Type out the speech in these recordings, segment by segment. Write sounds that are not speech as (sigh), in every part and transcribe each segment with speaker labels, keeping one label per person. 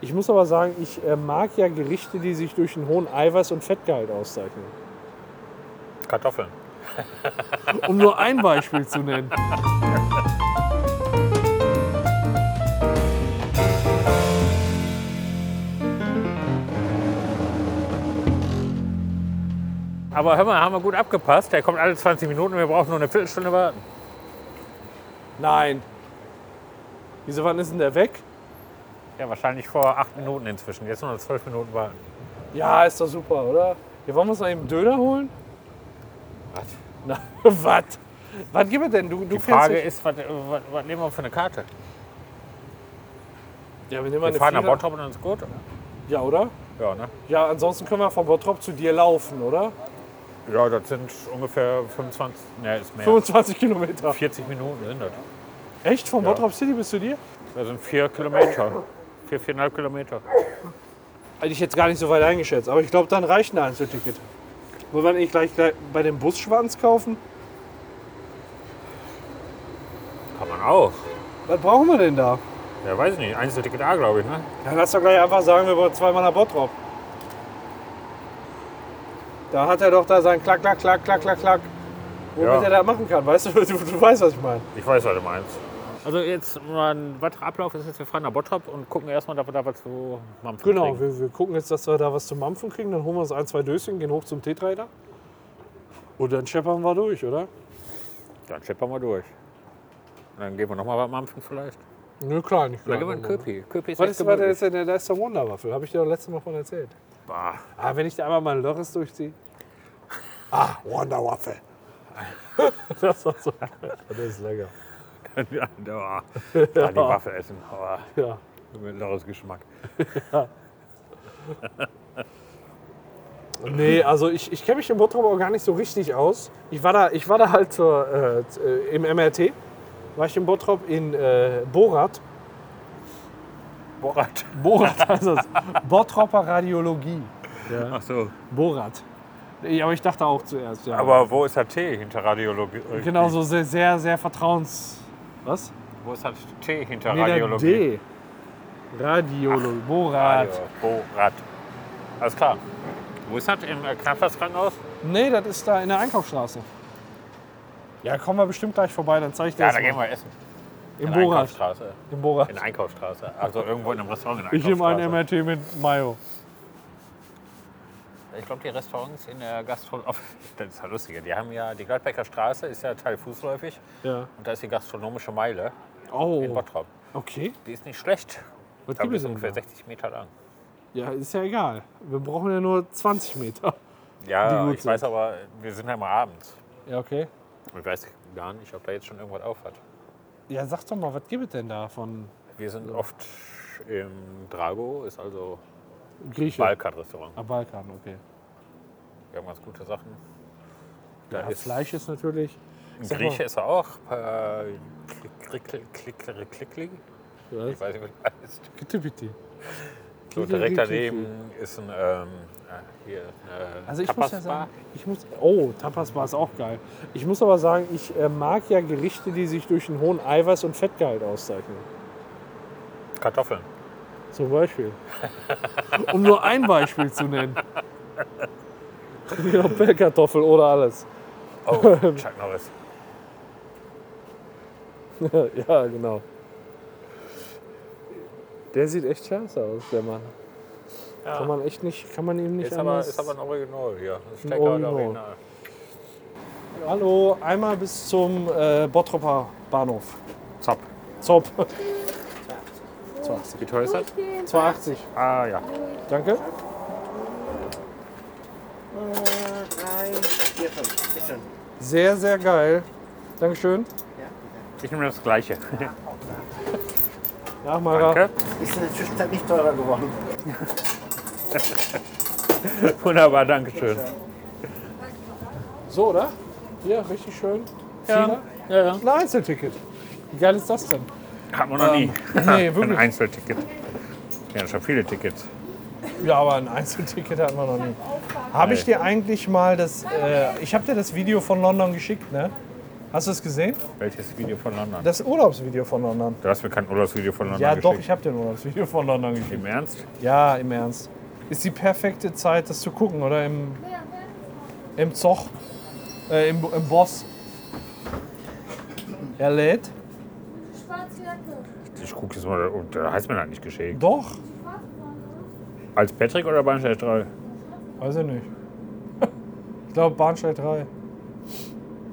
Speaker 1: Ich muss aber sagen, ich äh, mag ja Gerichte, die sich durch einen hohen Eiweiß- und Fettgehalt auszeichnen.
Speaker 2: Kartoffeln.
Speaker 1: Um nur ein Beispiel zu nennen.
Speaker 2: Aber hör mal, haben wir gut abgepasst. Der kommt alle 20 Minuten, wir brauchen nur eine Viertelstunde warten.
Speaker 1: Nein. Wieso, wann ist denn der weg?
Speaker 2: Ja, wahrscheinlich vor acht Minuten inzwischen. Jetzt nur noch zwölf Minuten warten.
Speaker 1: Ja, ist doch super, oder? Ja, wollen wir uns noch eben einen Döner holen? (laughs)
Speaker 2: Was?
Speaker 1: Na, was? Was gibt es denn? Du, du
Speaker 2: Die Frage
Speaker 1: kennst dich-
Speaker 2: ist, was, was, was nehmen wir für eine Karte?
Speaker 1: ja, wir nehmen mal
Speaker 2: Wir
Speaker 1: eine
Speaker 2: fahren nach
Speaker 1: Vierer-
Speaker 2: Bottrop und dann ist gut. oder?
Speaker 1: Ja, oder?
Speaker 2: Ja, ne?
Speaker 1: Ja, ansonsten können wir von Bottrop zu dir laufen, oder?
Speaker 2: Ja, das sind ungefähr 25, ne, ist mehr.
Speaker 1: 25 Kilometer.
Speaker 2: 40 Minuten sind das.
Speaker 1: Echt? Von
Speaker 2: Ja.
Speaker 1: Bottrop City bis zu dir?
Speaker 2: Das sind vier Kilometer. Vier, viereinhalb Kilometer.
Speaker 1: Hätte ich jetzt gar nicht so weit eingeschätzt. Aber ich glaube, dann reicht ein Einzelticket. Wollen wir nicht gleich, gleich bei dem Bus Schwanz kaufen?
Speaker 2: Kann man auch.
Speaker 1: Was brauchen wir denn da?
Speaker 2: Ja, weiß ich nicht. Einzelticket A, glaube ich, ne?
Speaker 1: Dann lass doch gleich einfach sagen, wir wollen zweimal nach Bottrop. Da hat er doch da sein Klack, Klack, Klack, Klack, Klack, Klack. Womit
Speaker 2: Ja.
Speaker 1: er da machen kann, weißt du? (laughs) Du, du weißt, was ich meine.
Speaker 2: Ich weiß, halt was du meinst. Also jetzt mal ein weiterer Ablauf ist jetzt, wir fahren nach Bottrop und gucken erstmal, dass wir da was zu Mampf
Speaker 1: Genau,
Speaker 2: kriegen.
Speaker 1: wir, wir gucken jetzt, dass wir da was zum Mampfen kriegen. Dann holen wir uns ein, zwei Döschen, gehen hoch zum Tetraeder. Und dann scheppern wir durch, oder?
Speaker 2: Dann scheppern wir durch. Und dann gehen wir nochmal was mampfen vielleicht.
Speaker 1: Nö, klar, nicht klar.
Speaker 2: Oder gehen wir in Köpi. Köpi ist
Speaker 1: Was
Speaker 2: echt
Speaker 1: ist was
Speaker 2: gemütlich.
Speaker 1: ist denn der da ist der Wunderwaffel? Habe ich dir doch letztes Mal von erzählt.
Speaker 2: Bah.
Speaker 1: Ah, wenn ich da einmal mein Loris durchziehe. Ah, Wunderwaffel. (laughs) das war so. Das ist lecker.
Speaker 2: (laughs) ja, da war (laughs) da die Waffe essen, aber
Speaker 1: Ja.
Speaker 2: mit anderes Geschmack.
Speaker 1: Nee, also ich, ich kenne mich im Bottrop auch gar nicht so richtig aus. Ich war da, ich war da halt zur, äh, z- äh, im MRT, war ich im Bottrop in äh, Borat.
Speaker 2: Borat.
Speaker 1: (laughs) Borat heißt das. Bottropper Radiologie.
Speaker 2: Ach so.
Speaker 1: Borat. Nee, aber ich dachte auch zuerst, ja.
Speaker 2: Aber wo ist der T hinter Radiologie?
Speaker 1: genau so sehr, sehr, sehr vertrauens... Was?
Speaker 2: Wo ist das T hinter
Speaker 1: Nee, der
Speaker 2: Radiologie?
Speaker 1: D. Radiologie. Borat.
Speaker 2: Radio. Borat. Alles klar. Wo ist das? Im äh, Krankenhaus?
Speaker 1: Nee, das ist da in der Einkaufsstraße. Ja, kommen wir bestimmt gleich vorbei, dann zeige ich dir
Speaker 2: Ja,
Speaker 1: das
Speaker 2: da gehen
Speaker 1: mal.
Speaker 2: wir essen.
Speaker 1: Im
Speaker 2: in der
Speaker 1: Borat.
Speaker 2: Einkaufsstraße.
Speaker 1: Im Borat.
Speaker 2: In der Einkaufsstraße. Also irgendwo in einem Restaurant in der
Speaker 1: Ich nehme einen
Speaker 2: Einkaufsstraße.
Speaker 1: MRT mit Mayo.
Speaker 2: Ich glaube, die Restaurants in der Gastronomie. (laughs) Das ist ja lustig. Die haben ja, die Gladbecker Straße ist ja teilfußläufig.
Speaker 1: Ja.
Speaker 2: Und da ist die gastronomische Meile in
Speaker 1: Oh,
Speaker 2: Bottrop.
Speaker 1: okay.
Speaker 2: Die ist nicht schlecht.
Speaker 1: Was
Speaker 2: Aber
Speaker 1: gibt
Speaker 2: die
Speaker 1: es
Speaker 2: ist
Speaker 1: denn
Speaker 2: ungefähr
Speaker 1: da?
Speaker 2: 60 Meter lang.
Speaker 1: Ja, ist ja egal. Wir brauchen ja nur 20 Meter. Die
Speaker 2: Ja,
Speaker 1: gut
Speaker 2: ich weiß
Speaker 1: sind.
Speaker 2: aber, wir sind ja mal abends.
Speaker 1: Ja, okay.
Speaker 2: Und Ich weiß gar nicht, ob da jetzt schon irgendwas auf hat.
Speaker 1: Ja, sag doch mal, was gibt es denn da von
Speaker 2: Wir sind oft im Drago, ist also
Speaker 1: Griechenland?
Speaker 2: Balkan-Restaurant.
Speaker 1: Ah, Balkan, okay.
Speaker 2: Wir haben ganz gute Sachen. Da
Speaker 1: Ja,
Speaker 2: ist
Speaker 1: Fleisch ist natürlich.
Speaker 2: Ein
Speaker 1: Sag
Speaker 2: Grieche
Speaker 1: mal.
Speaker 2: ist er auch. Äh, Klickli, Klickli, Klickli. Ich weiß nicht, wie das heißt.
Speaker 1: Getipiti.
Speaker 2: So, direkt daneben ist ein ähm, ah, hier, äh, eine
Speaker 1: Also ich muss ja
Speaker 2: Tapas-Bar.
Speaker 1: sagen, ich muss, oh, Tapas war es auch geil. Ich muss aber sagen, ich äh, mag ja Gerichte, die sich durch einen hohen Eiweiß- und Fettgehalt auszeichnen.
Speaker 2: Kartoffeln.
Speaker 1: Zum Beispiel. Um nur ein Beispiel zu nennen. Genau, Pellkartoffel oder alles. (laughs)
Speaker 2: Oh, Chuck Norris.
Speaker 1: ja, genau. Der sieht echt scheiße aus, der Mann.
Speaker 2: Ja.
Speaker 1: Kann man echt nicht, kann man ihm nicht
Speaker 2: Ist aber,
Speaker 1: anders...
Speaker 2: ist aber ein Original hier. Ein Stecker
Speaker 1: Original.
Speaker 2: oder Original.
Speaker 1: Hallo, einmal bis zum äh, Bottroper Bahnhof.
Speaker 2: Zap.
Speaker 1: Zopp.
Speaker 2: Wie teuer ist das?
Speaker 1: 280.
Speaker 2: Ah ja.
Speaker 1: Danke. Sehr, sehr geil. Dankeschön.
Speaker 2: Ich nehme
Speaker 1: (laughs)
Speaker 2: das gleiche.
Speaker 1: Nachmacher.
Speaker 2: Danke.
Speaker 3: Ist in der Zwischenzeit nicht teurer geworden.
Speaker 2: Wunderbar, danke schön.
Speaker 1: So, oder? Hier, richtig schön.
Speaker 2: Ja, ja, ja.
Speaker 1: Ein Einzelticket. Wie geil ist das denn?
Speaker 2: Hat man noch nie.
Speaker 1: nee, wirklich.
Speaker 2: (laughs) Ein Einzelticket. Ja, schon viele Tickets.
Speaker 1: Ja, aber ein Einzelticket hatten wir noch nie. Habe ich dir eigentlich mal das. Äh, ich habe dir das Video von London geschickt, ne? Hast du es gesehen?
Speaker 2: Welches Video von London?
Speaker 1: Das Urlaubsvideo von London.
Speaker 2: Du hast mir kein Urlaubsvideo von London
Speaker 1: Ja, doch,
Speaker 2: geschickt.
Speaker 1: ich habe dir ein Urlaubsvideo von London geschickt.
Speaker 2: Im Ernst?
Speaker 1: Ja, im Ernst. Ist die perfekte Zeit, das zu gucken, oder? Im, im Zoch, äh, im, im Boss. Er lädt.
Speaker 4: Schwarze Jacke.
Speaker 2: Ich gucke jetzt mal, und da heißt mir das nicht geschickt.
Speaker 1: Doch,
Speaker 2: Als Patrick oder Bahnsteig 3?
Speaker 1: weiß ich nicht. Ich glaube, Bahnsteig 3.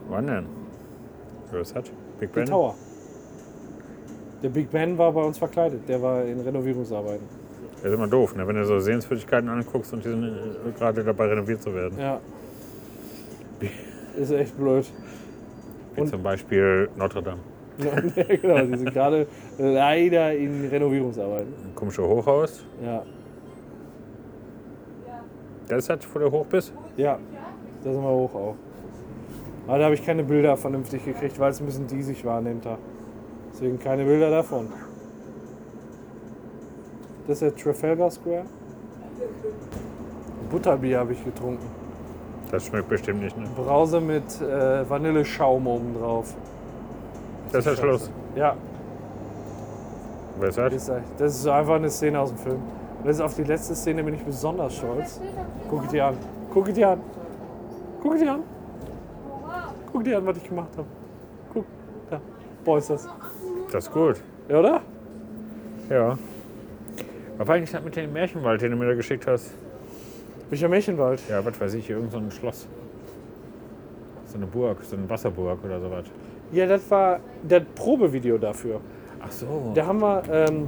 Speaker 2: Wann denn? Wer ist das? Big
Speaker 1: Die
Speaker 2: Ben?
Speaker 1: Tower. Der Big Ben war bei uns verkleidet. Der war in Renovierungsarbeiten.
Speaker 2: Das ist immer doof, ne? wenn du so Sehenswürdigkeiten anguckst und die sind äh, gerade dabei renoviert zu werden.
Speaker 1: Ja. Ist echt blöd. (laughs)
Speaker 2: Wie zum Beispiel Notre Dame.
Speaker 1: Ja, genau, die sind gerade leider in Renovierungsarbeiten.
Speaker 2: Ein komisches Hochhaus.
Speaker 1: Ja.
Speaker 2: Das ist das, wo du hoch bist?
Speaker 1: Ja, da sind wir hoch auch. Aber da habe ich keine Bilder vernünftig gekriegt, weil es ein bisschen diesig war an dem Tag. Deswegen keine Bilder davon. Das ist der Trafalgar Square. Butterbier habe ich getrunken.
Speaker 2: Das schmeckt bestimmt nicht. Ne?
Speaker 1: Brause mit äh, Vanilleschaum oben drauf.
Speaker 2: Das ist halt das Schloss.
Speaker 1: Ja,
Speaker 2: Wer ist das?
Speaker 1: ist er. das ist einfach eine Szene aus dem Film. Und das ist auf die letzte Szene bin ich besonders stolz. Guck dir an. Guck dir an. Guck dir an. Guck dir an, was ich gemacht habe. Guck, da. Boah, ist das.
Speaker 2: Das ist gut.
Speaker 1: Ja, oder?
Speaker 2: Ja. Was war eigentlich das mit dem Märchenwald, den du mir da geschickt hast?
Speaker 1: Micha Märchenwald.
Speaker 2: Ja, was weiß ich, hier irgend so ein Schloss. So eine Burg, so eine Wasserburg oder sowas.
Speaker 1: Ja, das war das Probevideo dafür.
Speaker 2: Ach so.
Speaker 1: Da haben wir, ähm,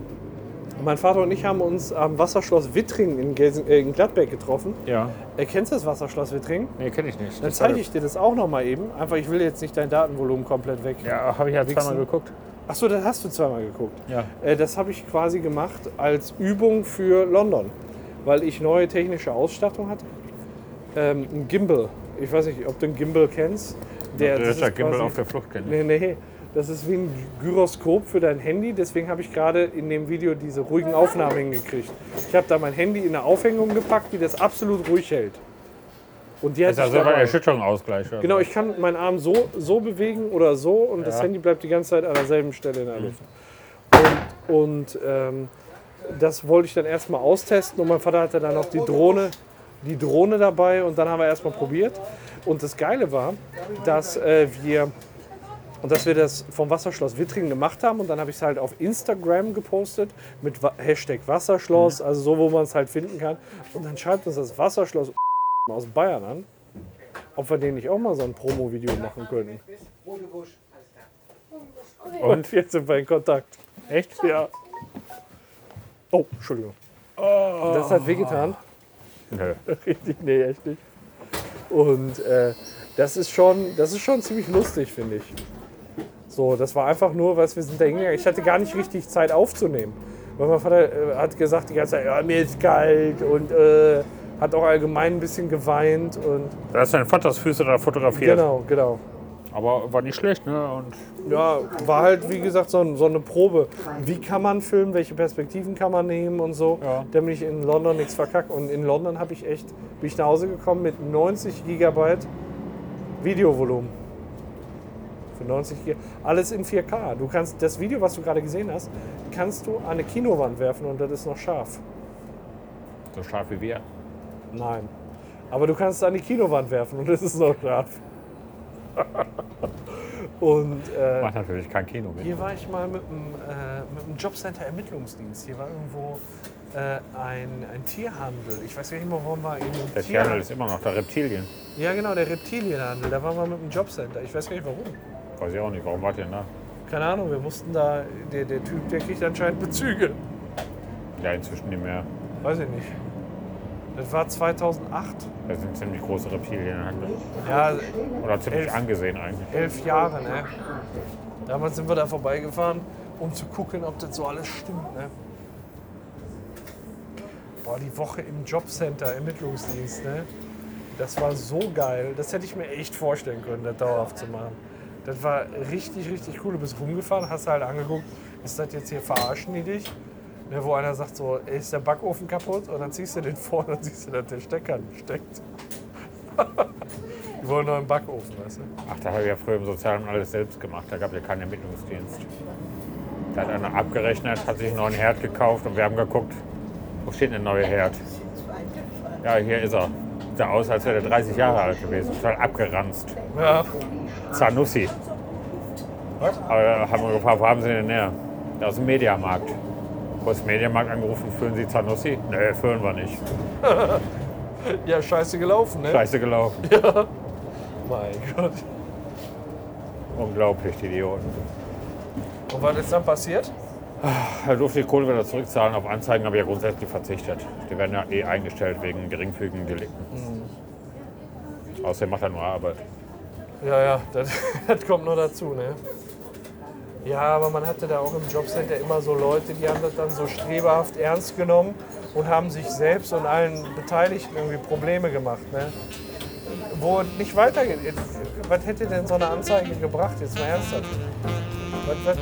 Speaker 1: mein Vater und ich haben uns am Wasserschloss Wittringen in, Gelsen, äh, in Gladbeck getroffen.
Speaker 2: Ja.
Speaker 1: Erkennst du das Wasserschloss Wittringen?
Speaker 2: Nee, kenne ich nicht.
Speaker 1: Dann zeige ich dir das auch nochmal eben. Einfach, ich will jetzt nicht dein Datenvolumen komplett weg.
Speaker 2: Ja, habe ich ja zweimal
Speaker 1: Wichsen.
Speaker 2: geguckt.
Speaker 1: Achso, das hast du zweimal geguckt.
Speaker 2: Ja.
Speaker 1: Äh, Das habe ich quasi gemacht als Übung für London, weil ich neue technische Ausstattung hatte. Ähm, ein Gimbal. Ich weiß nicht, ob du einen Gimbal kennst.
Speaker 2: Der
Speaker 1: das
Speaker 2: ist ja Gimbal
Speaker 1: quasi-
Speaker 2: auf der Flucht, kenne ich.
Speaker 1: Nee, nee. Das ist wie ein Gyroskop für dein Handy. Deswegen habe ich gerade in dem Video diese ruhigen Aufnahmen hingekriegt. Ich habe da mein Handy in eine Aufhängung gepackt, die das absolut ruhig hält. Und die hat
Speaker 2: Ist das
Speaker 1: ich
Speaker 2: so ein
Speaker 1: dabei.
Speaker 2: Erschütterungsausgleich? oder
Speaker 1: Genau,
Speaker 2: so?
Speaker 1: ich kann meinen Arm so, so bewegen oder so und das
Speaker 2: Ja.
Speaker 1: Handy bleibt die ganze Zeit an derselben Stelle in der Luft. Und, und ähm, das wollte ich dann erstmal austesten und mein Vater hatte dann noch die Drohne, die Drohne dabei und dann haben wir erstmal probiert. Und das Geile war, dass äh, wir und dass wir das vom Wasserschloss Wittringen gemacht haben und dann habe ich es halt auf Instagram gepostet mit Wa- Hashtag Wasserschloss, also so, wo man es halt finden kann. Und dann schreibt uns das Wasserschloss aus Bayern an, ob wir denen nicht auch mal so ein Promo-Video machen könnten. Und jetzt sind wir in Kontakt.
Speaker 2: Echt?
Speaker 1: Ja. Oh, Entschuldigung. Das hat wehgetan.
Speaker 2: Nö.
Speaker 1: Richtig, nee, echt nicht. Und äh, das, ist schon, das ist schon ziemlich lustig, finde ich. So, das war einfach nur, was wir sind da hingegangen. Ich hatte gar nicht richtig Zeit aufzunehmen. Weil mein Vater äh, hat gesagt die ganze Zeit, ja, mir ist kalt und äh, hat auch allgemein ein bisschen geweint. Und,
Speaker 2: Da hast du deinen Vaters Füße da fotografiert.
Speaker 1: genau, genau.
Speaker 2: Aber war nicht schlecht, ne? Und
Speaker 1: Ja, war halt wie gesagt so, ein- so eine Probe. Wie kann man filmen, welche Perspektiven kann man nehmen und so,
Speaker 2: Ja.
Speaker 1: damit ich in London nichts verkacke. Und in London habe ich echt, bin ich nach Hause gekommen mit 90 Gigabyte Videovolumen. Für 90 Gigabyte. Alles in 4K. Du kannst das Video, was du gerade gesehen hast, kannst du an eine Kinowand werfen und das ist noch scharf.
Speaker 2: so scharf wie wir.
Speaker 1: Nein. Aber du kannst es an die Kinowand werfen und das ist noch scharf. (laughs) und äh,
Speaker 2: Macht natürlich kein Kino mit.
Speaker 1: Hier war ich mal mit dem, äh, mit dem Jobcenter-Ermittlungsdienst. Hier war irgendwo äh, ein, ein Tierhandel. Ich weiß gar nicht mehr, warum war irgendwo ein
Speaker 2: Der Kernel
Speaker 1: Tierhandel.
Speaker 2: ist immer noch da, Reptilien.
Speaker 1: Ja, genau, der Reptilienhandel. Da waren wir mit dem Jobcenter. Ich weiß gar nicht, warum.
Speaker 2: Weiß ich auch nicht, warum wart ihr da?
Speaker 1: Keine Ahnung, wir mussten da. Der, der Typ, der kriegt anscheinend Bezüge.
Speaker 2: Ja, inzwischen nicht mehr.
Speaker 1: Weiß ich nicht. Das war 2008.
Speaker 2: Das sind ziemlich große Reptilienhandel.
Speaker 1: Ja,
Speaker 2: Oder ziemlich
Speaker 1: Elf.
Speaker 2: angesehen eigentlich.
Speaker 1: elf Jahre, ne? Damals sind wir da vorbeigefahren, um zu gucken, ob das so alles stimmt, ne? Boah, die Woche im Jobcenter, Ermittlungsdienst, ne? Das war so geil. Das hätte ich mir echt vorstellen können, das dauerhaft zu machen. Das war richtig, richtig cool. Du bist rumgefahren, hast halt angeguckt, ist das jetzt hier verarschen die dich? Ne, wo einer sagt so, ey, ist der Backofen (laughs) kaputt? Und dann ziehst du den vor und dann siehst du, dass der Stecker nicht steckt. (laughs) Die wollen noch einen Backofen, weißt du?
Speaker 2: Ach, da habe ich ja früher im Sozialen alles selbst gemacht. Da gab es ja keinen Ermittlungsdienst. Da hat einer abgerechnet, hat sich einen neuen Herd gekauft und wir haben geguckt, wo steht denn der neue Herd? Ja, hier ist er. Sah aus, als wäre der 30 Jahre alt gewesen. Total abgeranzt.
Speaker 1: Ja.
Speaker 2: Zanussi. Aber da haben wir gefragt, wo haben Sie denn her? Da ist ein Mediamarkt. Kurz Mediamarkt angerufen, führen Sie Zanussi? Nee, führen wir nicht.
Speaker 1: Ja, scheiße gelaufen, ne?
Speaker 2: Scheiße gelaufen.
Speaker 1: Mein Gott.
Speaker 2: Unglaublich, die Idioten.
Speaker 1: Und was ist dann passiert?
Speaker 2: Er Also durfte die Kohle wieder zurückzahlen. Auf Anzeigen habe ich ja grundsätzlich verzichtet. Die werden ja eh eingestellt wegen geringfügigen Delikten. Außerdem macht er nur Arbeit.
Speaker 1: Ja, ja, (laughs) das, das kommt noch dazu, ne? Ja, aber man hatte da auch im Jobcenter immer so Leute, die haben das dann so streberhaft ernst genommen und haben sich selbst und allen Beteiligten irgendwie Probleme gemacht, ne? Wo es nicht weitergeht. Jetzt, Was hätte denn so eine Anzeige gebracht, jetzt mal ernsthaft? Was, was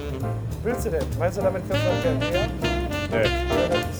Speaker 1: willst du denn? Meinst du, damit kannst du auch Geld? Ja?
Speaker 2: Nee.
Speaker 1: Ja, das-